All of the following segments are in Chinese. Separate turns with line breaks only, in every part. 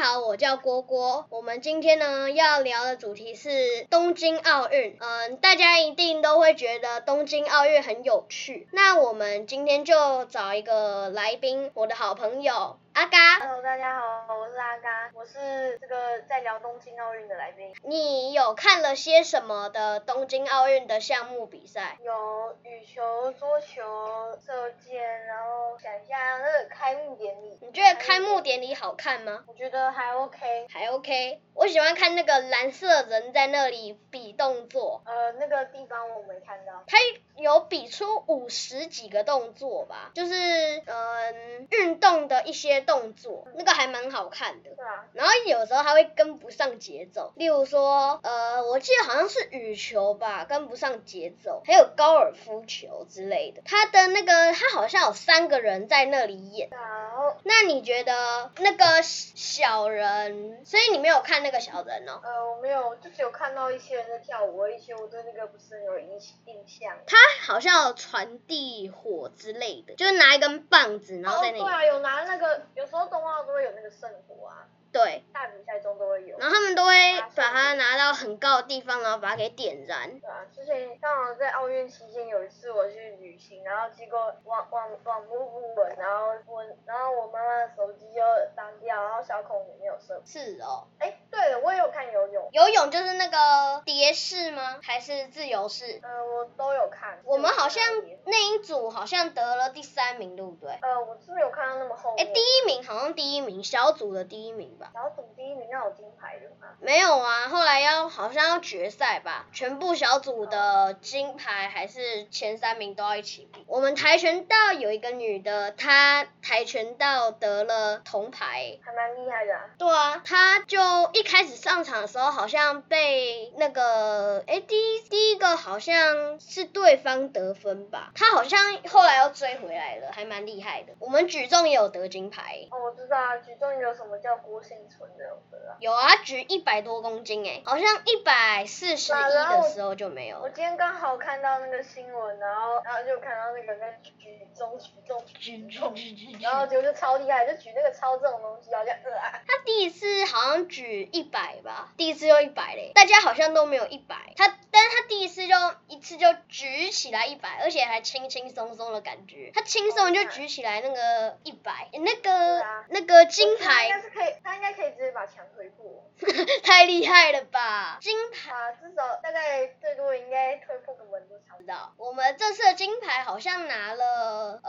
好，我叫郭郭。我们今天呢要聊的主题是东京奥运。嗯，大家一定都会觉得东京奥运很有趣。那我们今天就找一个来宾，我的好朋友阿嘎。
Hello，大家好，我是阿嘎，我是这个在聊东京奥运的来宾。
你有看了些什么的东京奥运的项目比赛？
有羽球、桌球、射箭，然后想一下那个开幕典礼，
你觉得开幕典礼好看吗？
我觉得还 OK。
还 OK，我喜欢看那个蓝色人在那里比动作，
呃，那个地方我没看到。
他有比出五十几个动作吧，就是嗯运动的一些动作，那个还蛮好看的。
对啊，
然后有时候他会跟不上节奏，例如说，呃，我记得好像是羽球吧，跟不上节奏，还有高尔夫球之类的。他的那个，他好像有三个人在那里演。
对啊，然后
那你觉得那个小人，所以你没有看那个小人哦？
呃，我没有，就只有看到一些人在跳舞而已，一些我对那个不是很有印印象。
他好像有传递火之类的，就是拿一根棒子，然后在那里、
哦、对啊，有拿那个，有时候冬奥都会有那个圣火啊，
对，
大比赛中都会有。
然后他们都会把它拿到很高的地方，然后把它给点燃。
对啊，之前刚好在奥运期间有一次我去旅行，然后结果网网网络不稳，然后我然后我妈妈的手机就当掉，然后小孔也没有设。
是哦，
哎，对了，我也有看游泳，
游泳就是那个蝶式吗？还是自由式？
呃，我都有看。
我们好像那一组好像得了第三名，对不对？
呃，我是没有看到那么后
哎，
面。
第一名好像第一名，小组的第一名吧？
小组第一名那有金牌的吗？
没有啊，后来要好像要决赛吧，全部小组的金牌还是前三名都要一起比。我们跆拳道有一个女的，她跆拳道得了铜牌。
还蛮厉害的、啊。
对啊，她就一开始上场的时候，好像被那个，诶，第一第一个好像是对方得分吧，她好像后来又追回来了，还蛮厉害的。我们举重也有得金牌，
哦，我知道啊，举重有什么叫郭幸存的，我知道。
有啊，举一百多公斤哎、好像一百四十一的时候就没有
我
了。
今天刚好看到那个新闻，然后然后就看到那个在举重举重举重，然后结果就超厉害，就举那个超重的东西，然后就呃啊，
他第一次好像举一百吧，第一次就一百嘞，大家好像都没有一百。他，但是他第一次就一次就举起来一百，而且还轻轻松松的感觉，他轻松就举起来那个一百，那个那个金
他应该
牌
是可以，他应该可以直接把墙推破，
太厉害了吧！金牌。
啊，至少大概最多应该推破个门都差不
知
多。
道，我们这次的金牌好像拿了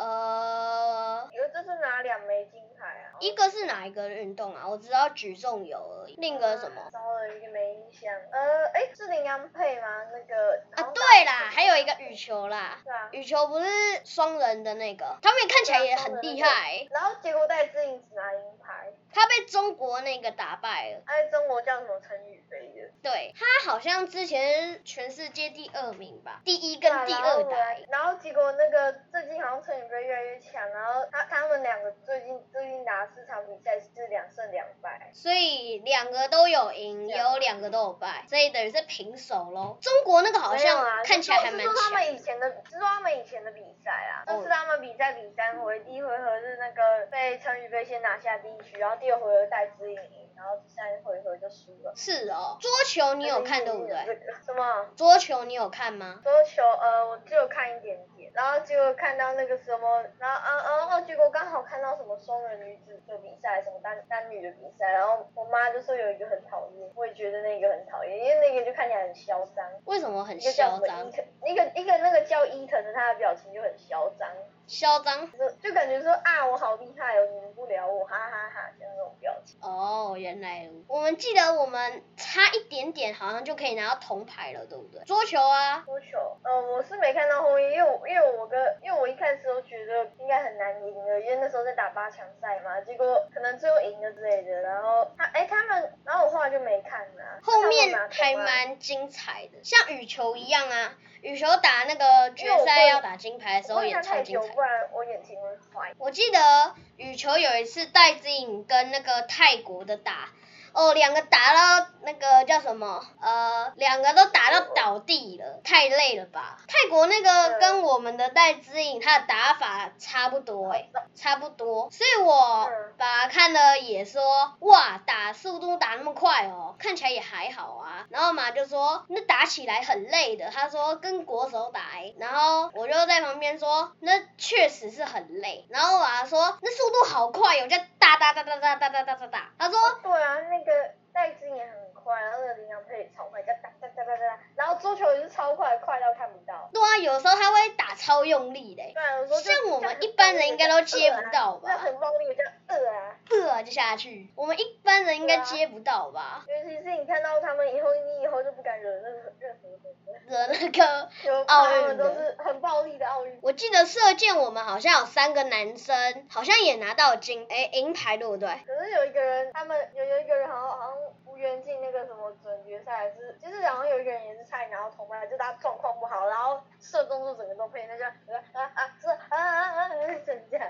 呃
有这是拿两枚金牌啊，
一个是哪一个运动啊？我只知道举重有而已。另一个是什么？
然后啊一个没印象，呃，哎，是林安配吗？那个
啊，对啦，还有一个羽。球啦。
对啊，
羽球不是双人的那个，他们也看起来也很厉害
啊
欸、
然后结果戴资颖只拿银牌，
他被中国那个打败了。
哎，中国叫什么陈宇飞的？
对他好像之前是全世界第二名吧，第一跟第
啊然后
二
我
打。
然后结果那个最近好像陈宇飞越来越强，然后他他们两个最近最近打四场比赛是两胜两败。
所以两个都有赢，也有两个都有败，所以等于是平手喽。中国那个好
没有啊
像看起来还蛮
是说是说
强
他们以
的，
前的，是说他们以前的比赛啊，
哦
就是他们比赛比三回，第一回合是那个被陈宇飞先拿下第一局，然后第二回合戴资颖赢，然后第三回合就输了。
是哦。桌球你有看对不对？
这个？什么？
桌球你有看吗？
桌球，呃，我只有看一点点，然后结果看到那个什么，然后，嗯、然后结果刚好看到什么双人女子的比赛，什么单单女的比赛，然后我妈就说有一个很讨厌，我也觉得那个很讨厌，因为那个就看起来很嚣张，
为什么很
一个叫
嚣
什么伊
张？
藤，一个一个那个叫伊藤的，他的表情就很嚣张，
嚣张
就就感觉说啊，我好厉害哦，你们不了我，哈哈哈，像那种表情。
哦，原来如我们记得我们差一点点，好像就可以拿到铜牌了，对不对？桌球啊，
桌球，呃，我是没看到后面，因为我因为我跟因为我一开始都觉得应该很难赢的，因为那时候在打八强赛嘛，结果可能最后赢了之类的。然后他哎、他们，然后我后来就没看了。
后面
他
还
们拿冠
蛮精彩的，像羽球一样啊，羽球打那个决赛要打金牌的时
我
候
不
也
能看
超
太
精
久，
彩
不。然我眼睛会坏。
我记得羽球有一次戴资颖跟那个泰国的打，哦，两个打到那个叫什么？呃，两个都打到倒地了，太累了吧？泰国那个
嗯
跟我们的戴资颖他的打法差不多哎、
哦
差不多，所以我
嗯
把它看了也说，哇，打速度打那么快哦，看起来也还好啊。然后嘛就说，那打起来很累的，他说跟国手打、欸，然后我就在旁边说，那确实是很累。然后我还说，那速度好快哦，就哒哒哒哒哒哒哒哒哒哒。他说，
对啊，那个戴资颖也很快，然后那个林洋配也超快，哒哒哒哒哒哒，然后桌球也是超快，快到看不到。
对啊，有时候他会打超用力的、欸，
对啊，有时候就
像我们一般人应该都接不到吧
啊那很暴力，我叫饿啊。
呃就下去，我们一般人应该接不到吧？
尤其是你看到他们以后，你以后就不敢惹任何任何人
惹
了，
那个
就
奥
他
运
们都
的
是很暴力的奥运。
我记得射箭，我们好像有三个男生，好像也拿到金诶银牌，对不对？
可是有一个人，他们有有一个人好像好像无缘进那个什么准决赛，还是就是好像有一个人也是差点拿到铜牌，就他状况不好，然后射中就整个都配那就啊啊啊是啊啊啊啊整这样。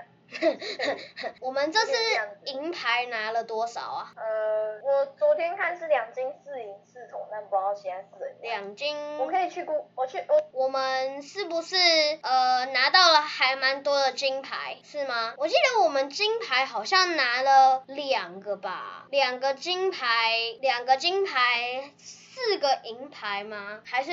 我们这次
有点像
银牌拿了多少啊？
呃，我昨天看是两金四银四铜，但不知道现在是怎样。嗯
两金。
我可以去估，我去我
我们是不是呃拿到了还蛮多的金牌，是吗？我记得我们金牌好像拿了两个吧，两个金牌，两个金牌，四个银牌吗？还是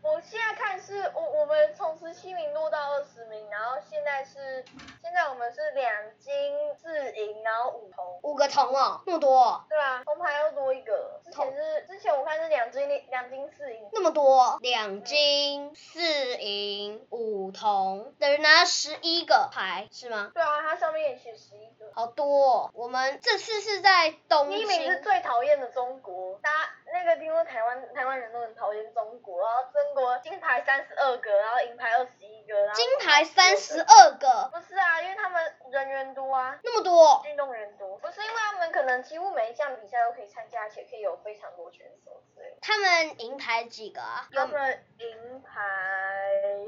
我现在看是我我们从十七名落到二十名，然后现在是现在我们是两金四银，然后五铜。
五个铜哦？那么多哦、
对啊，铜牌又多一个。之前是之前我看是两金两金四银，
那么多，两金、四银、五铜，等于拿十一个牌是吗？
对啊，它上面也写十一个。
好多、哦，我们这次是在东
第一名是
京，
最讨厌的中国，大家那个听说台湾台湾人都很讨厌中国，然后中国金牌三十二个，然后银牌二十一个，然后
金牌三十。二个，
不是啊，因为他们人员多啊，
那么多，
运动员多，不是因为他们可能几乎每一项比赛都可以参加，而且可以有非常多选手之类的。
他们银牌几个啊？有
他们银牌，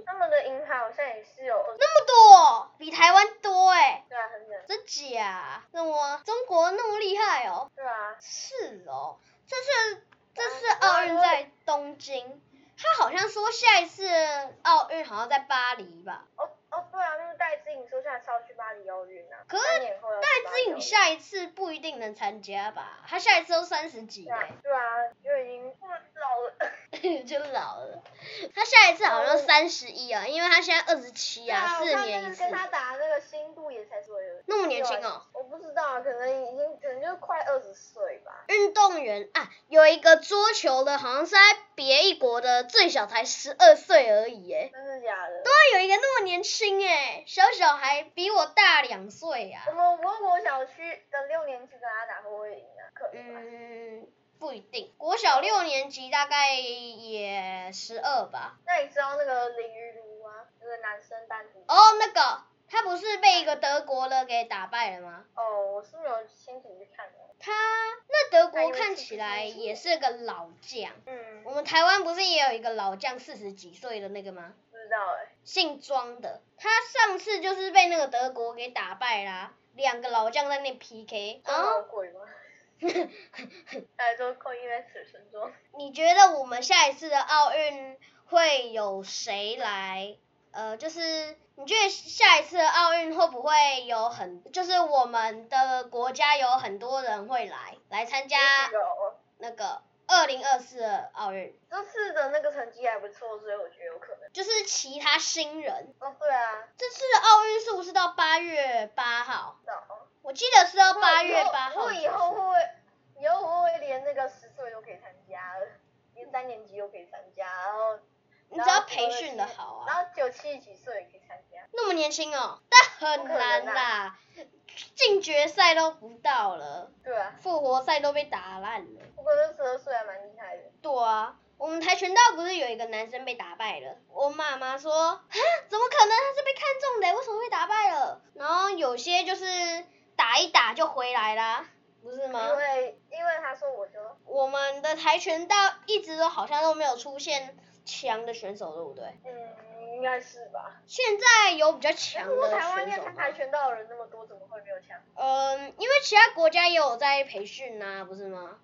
他们的银牌好像也是有二十，
那么多哦，比台湾多哎，
对啊，很远，
真假？那么中国那么厉害哦？
对啊。
是哦，这次这次啊奥运在东京，他好像说下一次奥运好像在巴黎吧？
哦哦，对啊，那个戴资颖说现在是要去巴黎奥运啊，
可是
三年后要去
戴
巴
资
黎奥
颖
运
下一次不一定能参加吧？他下一次都三十几
对啊，对啊，就已经不老了。
嘞，欸 就老了。他下一次好像三十一啊，因为他现在二十七啊，
哦对
四
我看那
年
个
一次
跟，他打的那个新度也才左右，
那么年轻哦。
我不知道，啊可能已经可能就快二十岁吧。
运动员啊，有一个桌球的，好像是在别一国的，最小才十二岁而已耶。
真的假的？
他有一个那么年轻哎，小小孩比我大两岁啊呀、
我们我我小区的六年级跟他打会不会赢啊？可能吧。
嗯，不一定，国小六年级大概也十二吧。
那你知道那个林昀儒吗？那个男生单独。
哦，那个他不是被一个德国的给打败了吗？
哦，我是没有心情去看的。
他那德国看起来也是个老将，
嗯，
我们台湾不是也有一个老将四十几岁的那个吗？
不知道哎、
姓庄的，他上次就是被那个德国给打败啦，两个老将在那 PK。
中
哦，
国 鬼吗？哎，都扣一杯此神中。
你觉得我们下一次的奥运会有谁来？呃，就是你觉得下一次的奥运会不会有很，就是我们的国家有很多人会来来参加
有。
那个二零二四的奥运，
哦这次的那个成绩还不错，所以我觉得有可能。
就是其他新人。
哦，对啊，
这次的奥运是不是到八月八号？
知道。
我记得是到
那
八
以
月
后
八号
我
结束。
以后会不会，以后我会不会连那个十岁都可以参加了，连三年级都可以参加，然后
你只要培训的好
然
啊，
后九七几岁也可以参加。
那么年轻哦，但很难
不可能啊
啦，进决赛都不到了，
对啊，
复活赛都被打烂了。
不过这十二岁还蛮厉害的。
对啊，我们跆拳道不是有一个男生被打败了？我妈妈说，啊，怎么可能？他是被看中的，为什么被打败了？然后有些就是打一打就回来啦，不是吗？
因为因为他说我就
我们的跆拳道一直都好像都没有出现强的选手，对不对？
嗯应该是吧。
现在有比较
可
强
是我
的
台湾
选
练
手吗
跆拳道的人那么多，怎么会没有枪？
嗯，因为其他国家也有在培训呐、不是吗？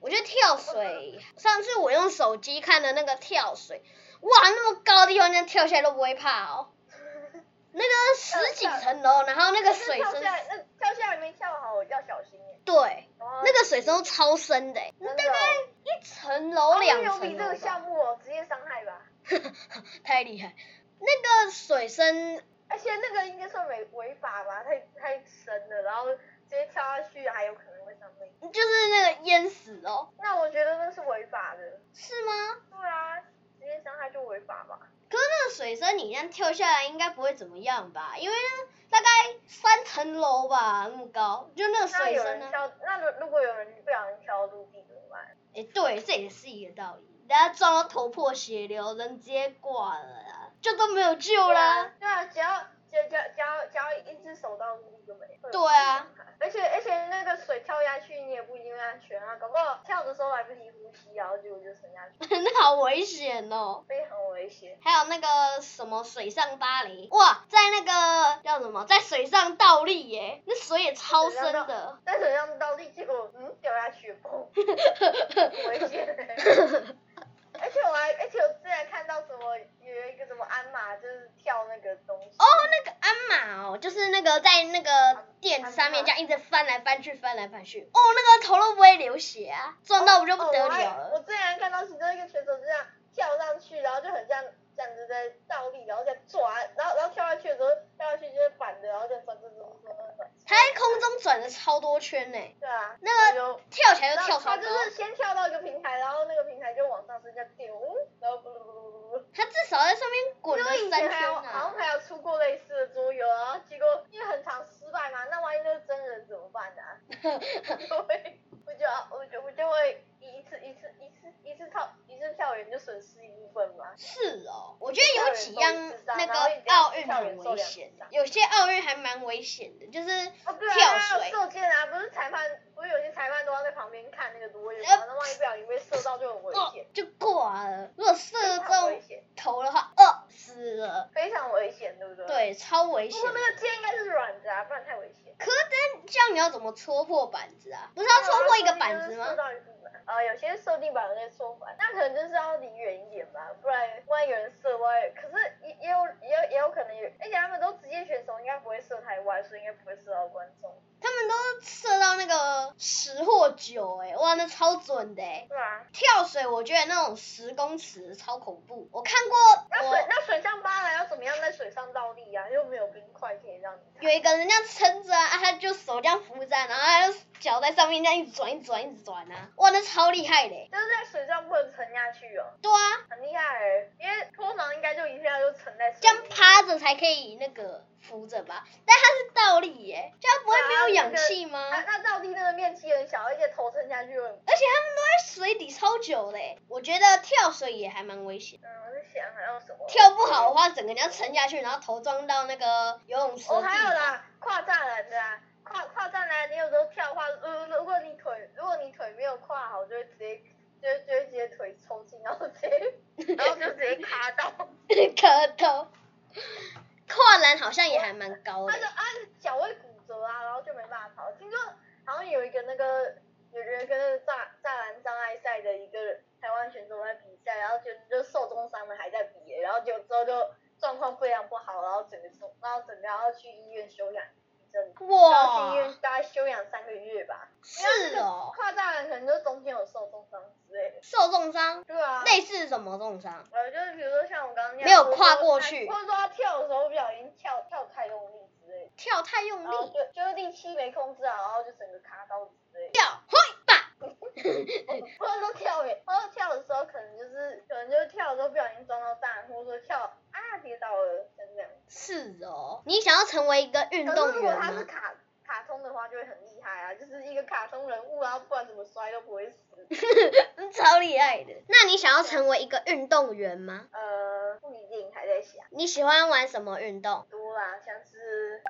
我觉得跳水，上次我用手机看的那个跳水，哇，那么高的地方这样跳下来都不会怕 哦。那个十几层楼，然后那个
可是
水
跳
深，
下来，那跳下来没跳好，我要小心耶。
对，
那
那个水深都超深的欸，
真的哦哦
大概一层楼两
有
层
比这
楼
个
吧
项，目哦，职业伤害吧。
太厉害。那个水深，
而且那个应该算违违法吧，太太深了，然后直接跳下去还有可能会伤命。
就是那个淹死哦，
那我觉得那是违法的。
是吗？
对啊，职业伤害就违法吧。
可是那个水深，你这样跳下来应该不会怎么样吧？因为那大概三层楼吧，那么高，就那个
那
水
有
深
人
呢？
跳，那如如果有人不小心跳到陆地怎么办？
哎、对，这也是一个道理。人家撞到头破血流，人直接挂了啦，就都没有救啦。
对啊，对啊，只要只要只要只要只要一只手到陆地就没了。
对啊。
而且而且那个水跳下去，你也不一定会安全啊，搞不好跳的时候来不及呼吸，然后结果就沉下去，
那好危险哦。
非常危险。
还有那个什么水上芭蕾，哇，在那个叫什么，在水上倒立耶，那水也超深
水上
的。
但水上倒立，结果嗯掉下去， 砰，很危险、欸而且我还，而且我之前看到什么有一个什么鞍马，就是跳那个东西。
哦，那个鞍马哦，就是那个在那个垫子上面这样一直翻来翻去，翻来翻去。哦，那个头都不会流血啊，撞到我就不得了
哦我还我
了。
之前看到其中一个选手就这样跳上去，然后就很像这样子在倒立，然后再抓，然后然后跳下去的时候跳下去就是反的，然后再转转转转转转。
他在空中转了超多圈呢、
对啊，
那
个
跳起来就跳
他
超
就
高。
是先跳到一个平台，然后那个平台就往上升，叫丢，然后咕噜咕噜咕噜咕噜。
他至少在上面滚
因
了
为以
三
前
圈
还有好
啊
像！还有出过类似的桌游，然后结果因为很常失败嘛，那万一那是真人怎么办 呢、啊？我就会，我就要我就我就会一次一次一次一次跳一次跳远就损失一部分嘛。
是哦，我觉得有几样那个奥运很危险，有些奥运还蛮危险的，就是
哦，对啊，
跳
还有
水
射箭啊，不是裁判，不是有些裁判都要在旁边看那个桌游吗？
呃
那万一不小心被射到就很危
哦
险，
就挂了。如果
非
射
常危
中
险，
头的话，哦死了，
非常危险，对不对？。
对，超危
不
险
过。那个箭应该是软的啊，不然太危险。
可是但这样你要怎么戳破板子啊？不是要戳破一个板子
射
吗？
到一个地板呃，有些射地板，有些戳板，那可能就是要离远一点吧，不然万一有人射歪，可是也也有也有也有可能有，而且他们都职业选手，应该不会射太歪，所以应该不会射到观众。
他们都射到那个十或九，哎，哇，那超准的哎！
对啊，
跳水我觉得那种十公尺超恐怖，我看过
那
我
水那水上芭蕾要怎么样在水上倒立啊？又没有冰块可以让 你
有一个人这样撑着啊，啊他就手这样扶着啊，然后他就脚在上面这样一直转、一直转、一直转啊，哇，那超厉害的欸。
就是在水上不能沉下去哦，
对啊，
很厉害、欸，因为通常应该就一下就沉在水
这样
里面
趴着才可以那个扶着吧，但他是倒立耶，这样不会没有氧气吗？
啊，那倒立那个面积很小，而且头沉下去又很
而且他们都在水底超久的欸，我觉得跳水也还蛮危险。
嗯，我在想还有什么
跳不好的话，整个人要沉下去，然后头撞到那个游泳池的
哦，
地
还有
板。
啦，跨栅栏的啊，跨跨栅栏，你有时候跳的话，如如果你腿如果你腿没有跨好，就会直接就会就会直接腿抽筋，然后直接然后就直接卡到。
磕头。 跨栏好像也还蛮高
他就
的，
啊脚会骨折啊，然后就没办法跑。听说好像有一个那个有有一个那个栅栅栏障碍赛的一个台湾选手在比赛，然后就就受重伤了还在比耶，然后就之后就状况非常不好，然后整个受，然后整个要去医院休养一阵。然后去医
哇
院，大概休养三个月吧。
是哦，
跨栅栏可能就中间有受重伤之类的。
受重伤，
对啊。
类似什么重伤？
呃，就是比如说像我刚刚那样，
没有
或者
跨
说
过
他
去
或者说他跳的时候不小心跳跳太用力之类的。
跳太用
然后
力，
就就是力气没控制好，啊然后就整个卡到之类的。
跳嘿吧，
或者说跳远，或者跳的时候可能就是可能就是跳的时候不小心撞到蛋，或者说跳啊跌倒了，像这样。
是哦。你想要成为一个运
可是
动
如果
员
他是
吗？
卡卡通的话，就会很厉害啊，就是一个卡通人物，然后不管怎么摔都不会死。
超厉害的。那你想要成为一个运动员吗？
呃，不一定，还在想。
你喜欢玩什么运动？
多啦，像是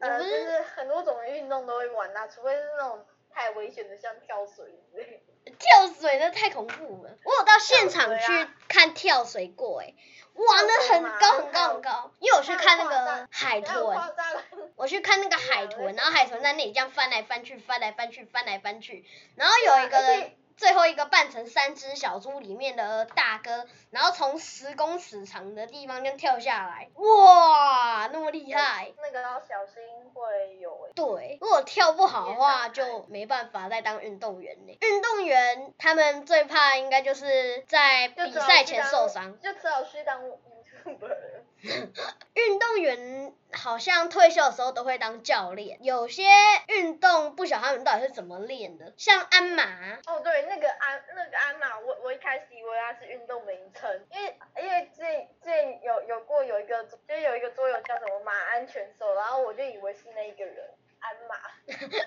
你
呃，
不
就是是很多种运动都会玩啦，除非是那种。太危险的，像跳水之类的。
跳水那太恐怖了，我有到现场
跳水
去
啊
看跳水过、欸，哇，那很高很高很高，因为我去看那个海
太夸
豚，
张了，
我去看那个海
对啊
豚，然后海豚在那里这样翻来翻去，翻来翻去，翻来翻去，然后有一个
对啊而且
人。最后一个扮成三只小猪里面的大哥，然后从十公尺长的地方这样跳下来，哇，那么厉害！
那个要小心会有危
对，如果跳不好的话，
也伤害
就没办法再当运动员嘞。运动员他们最怕应该就是在
就
比
只好
赛
去
前
当
受伤。
就只好去当 YouTuber 了。
运动员好像退休的时候都会当教练，有些运动不晓得他们到底是怎么练的，像鞍马，
哦，对，那个安那个安娜，我我一开始以为它是运动名称，因为因为之前之前有有过有一个就是有一个桌游叫什么马鞍拳手，然后我就以为是那一个人鞍马。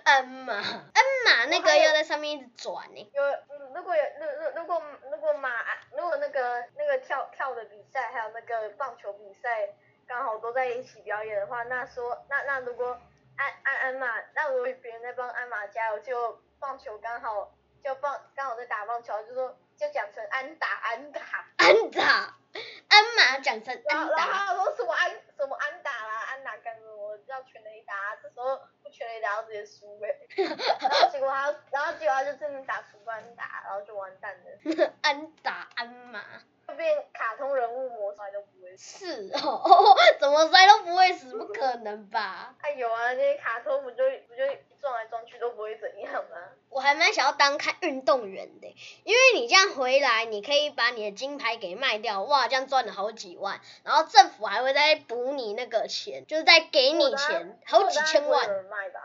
鞍马，鞍马那个要在上面一直转呢。
有嗯如果有如如如果如果马鞍如果那个那个跳跳的比赛还有那个棒球比赛刚好都在一起表演的话，那说那那如果鞍鞍鞍马，那如果别人在帮鞍马加油，就棒球刚好就棒刚好在打棒球，就说就讲成安打安打，
鞍打，鞍马讲成
然
鞍
后然后
打，
他说什么安什么安打啦，安打干什么？我叫全垒打啊，这时候不全垒打要直接输呗、然后结果他然后结果他就真的打出安打，然后就完蛋了。
鞍打鞍马，
就变卡通人物模出来都不会死。
是哦， 怎么摔都不会死，不可能吧？
哎，有啊，那些卡通不就不就撞来撞去都不会怎样吗？
我还蛮想要当看运动员的，因为你这样回来，你可以把你的金牌给卖掉，哇，这样赚了好几万，然后政府还会再补你那个钱，就是再给你钱，好几千
我当然不会有
万。
人卖吧，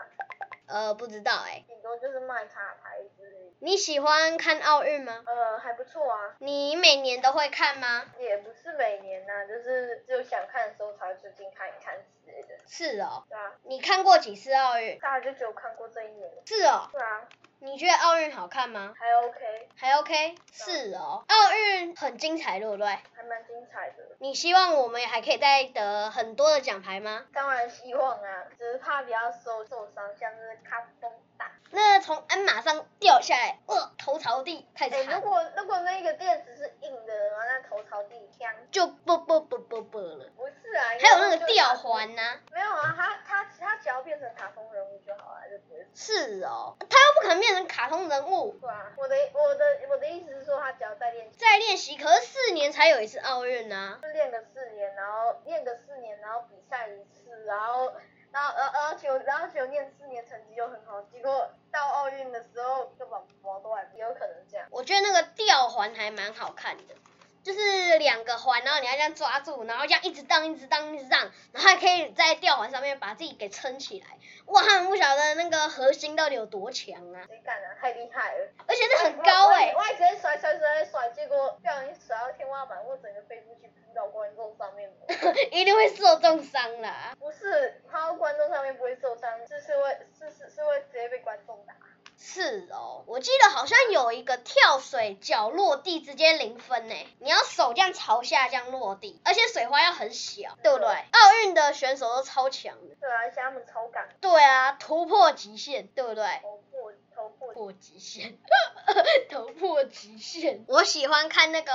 呃，不知道哎、
顶多就是卖卡牌之类的。
你喜欢看奥运吗？
呃，还不错啊，
你每年都会看吗？
也不是每年呐、就是只有想看的时候才会最近看一看之类的。
是哦，
对啊，
你看过几次奥运？
大家就只有看过这一年。
是哦，
对啊，
你觉得奥运好看吗？
还 OK，
还 OK？是哦，奥运很精彩，对不对？
还蛮精彩的。
你希望我们还可以再得很多的奖牌吗？
当然希望啊，只是怕比较受受伤，像是卡风打。
那从鞍马上掉下来，呃，头朝地，太
哎、
惨
如
了，
果如果那个垫子是硬的，然后那头朝地枪，
就啵啵啵啵啵了。
不是啊，
还有那
因为
个
我就
吊环呐、
没有啊，他他他只要变成卡通人物就好啊了，就不会死。
是哦，他又不可能变成卡通人物。
对啊，我的我的我的意思是说，他只要再练，
在练习，可是四年才有一次奥运啊呐、
就练个四年，然后练个四年，然后比赛一次，然后然后呃然后然后结果然后结果念四年成绩又很好，结果到奥运的时候根本毛都还没有可能这样。
我觉得那个吊环还蛮好看的，就是两个环，然后你要这样抓住，然后这样一直荡，一直荡，一直荡，然后还可以在吊环上面把自己给撑起来。哇，他们不晓得那个核心到底有多强啊！
谁敢啊？太厉害了！
而且那很高哎、
我还直接甩甩甩甩，结果不小心甩到天花板，我整个飞出去扑到观众上面。
一定会受重伤啦。
不是，他观众上面不会受伤，是是会是是是会直接被观众打。
是哦，我记得好像有一个跳水脚落地直接零分呢，你要手这样朝下这样落地，而且水花要很小，对不对？奥运的选手都超强的，
对啊，而且他们超敢
对啊，突破极限，对不对？
头破头破。
破极限， 突破极限。我喜欢看那个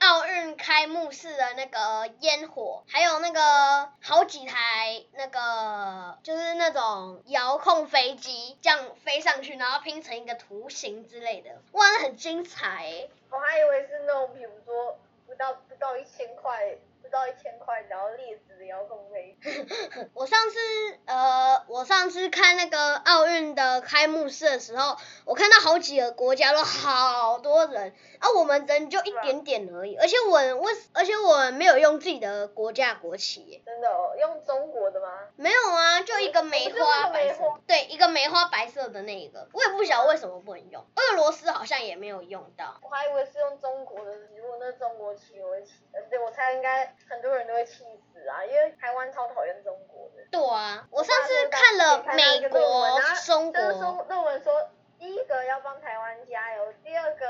奥运开幕式的那个烟火，还有那个好几台那个就是那种遥控飞机这样飞上去，然后拼成一个图形之类的，哇，那很精彩欸。
我还以为是那种，比如说不到不到一千块，不到一千块，然后劣质的遥控飞。
我上次呃，我上次看那个奥运的开幕式的时候，我看到好几个国家都好多人，啊，我们人就一点点而已，而且我我而且我没有用自己的国家国旗耶，
真的哦，用中国的吗？
没有啊，就一个梅花白
我
色，对，一个梅花白色的那一个，我也不晓得为什么不能用，俄罗斯好像也没有用到，
我还以为是用中国的，如果那中国旗我会气，呃对，我猜应该很多人都会气死啊，因为台湾超讨厌中国的。
对啊，我上次看了美国、中
就是
国，
说论文说，第一个要帮台湾加油，第二个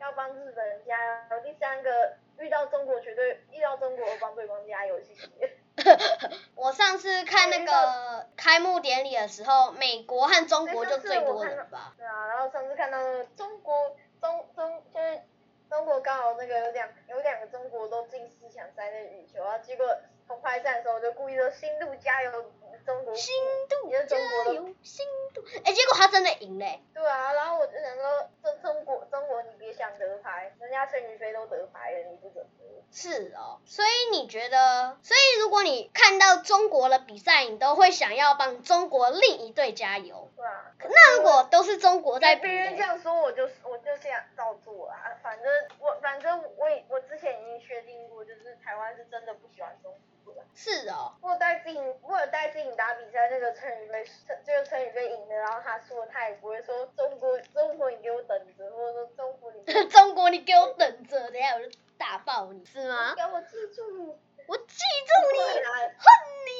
要帮日本人加油，第三个遇到中国绝对遇到中国帮对方加油，谢谢。
我上次看那个开幕典礼的时候，美国和中国就最多人吧。
对啊，然后上次看到那个中国中中就是中国刚好那个有两有两个中国都进四强赛那羽球，然后结果铜牌战的时候我就故意说新路加油中国，
新度
也是中
加
国的，
油，新度！哎、结果他真的赢嘞、
对啊，然后我就想说中中国中国你别想得牌，人家陈雨菲都得牌了，你不准得。
是哦，所以你觉得，所以如果你看到中国的比赛，你都会想要帮中国另一队加油。
对啊，
那如果都是中国在比
别人这
嘞，
样说，我就我就这样照做啊。反正我反正我已我之前已经确定过，就是台湾是真的不喜欢中国了。
是哦，
我有带自己，我有带自己打比赛，那个陈宇飞，就是陈宇飞赢了，然后他输了，他也不会说中国中国你给我等着，或者说中国你给我
中国你给我等着，等一下我就打爆你，是吗？
啊给我记住你，
我记
不
住你，
然。而
恨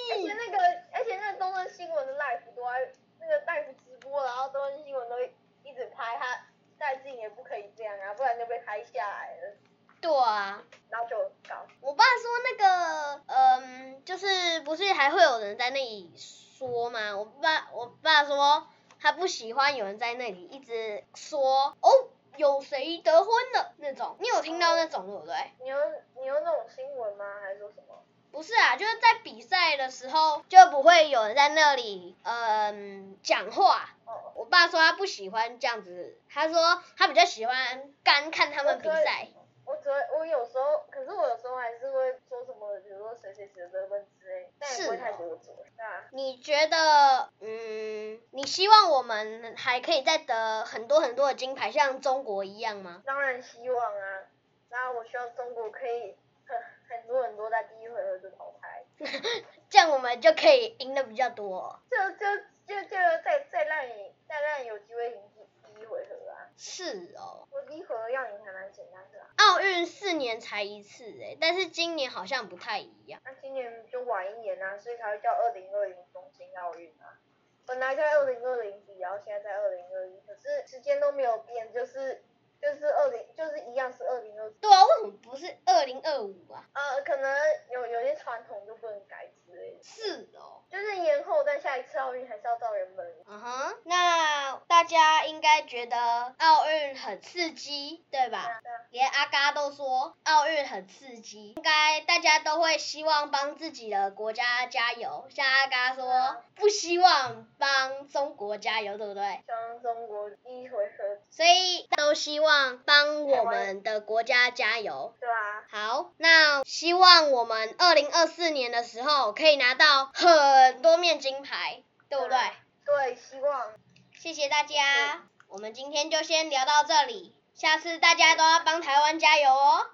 且
你。
那个，而且那个东森新闻的 live 都在那个 live 直播，然后东森新闻都一直拍他，带进也不可以这样啊，不然就被拍下来了，
对啊，
然后就搞。
我爸说那个，嗯，就是不是还会有人在那里说吗？我爸我爸说他不喜欢有人在那里一直说哦有谁得婚了那种，你有听到那种对不对？
你有你有那种新闻吗？还是说什么？
不是啊，就是在比赛的时候就不会有人在那里嗯讲话。
哦，
我爸说他不喜欢这样子，他说他比较喜欢干看他们比赛。
我只会我有时候，可是我有时候还是会说什么，比如说谁谁谁得分之类，但也不会
是
太
哦
多做。对啊，
你觉得，嗯，你希望我们还可以再得很多很多的金牌，像中国一样吗？
当然希望啊，然后我希望中国可以很很多很多在第一回合就淘汰。
这样我们就可以赢得比较多。
就就就就再再让你再让你有机会赢第第一回合啊！
是哦，
我第一回合要赢还蛮简单的啊，
奥运四年才一次诶，但是今年好像不太一样。
那今年就晚一年啊，所以才会叫二零二零东京奥运啊。本来在二零二零比，然后现在在二零二一，可是时间都没有变，就是就是二零就是一样是二零二，
对啊，为什么不是二零二五啊？
呃，可能有有些传统就不能改之类的，
是哦。
就是延后，但下一次奥运还是要照原本。
嗯哼，那大家应该觉得奥运很刺激，对吧？
对啊
连阿嘎都说奥运很刺激，应该大家都会希望帮自己的国家加油。像阿嘎
对
说
啊
不希望帮中国加油，对不对？
希望中国第一回合，
所以都希望帮我们的国家加油。
对啊，
好，那希望我们二零二四年的时候可以拿到很多面金牌，对不对？
对，希望。
谢谢大家，我们今天就先聊到这里，下次大家都要帮台湾加油哦。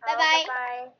好拜
拜拜
拜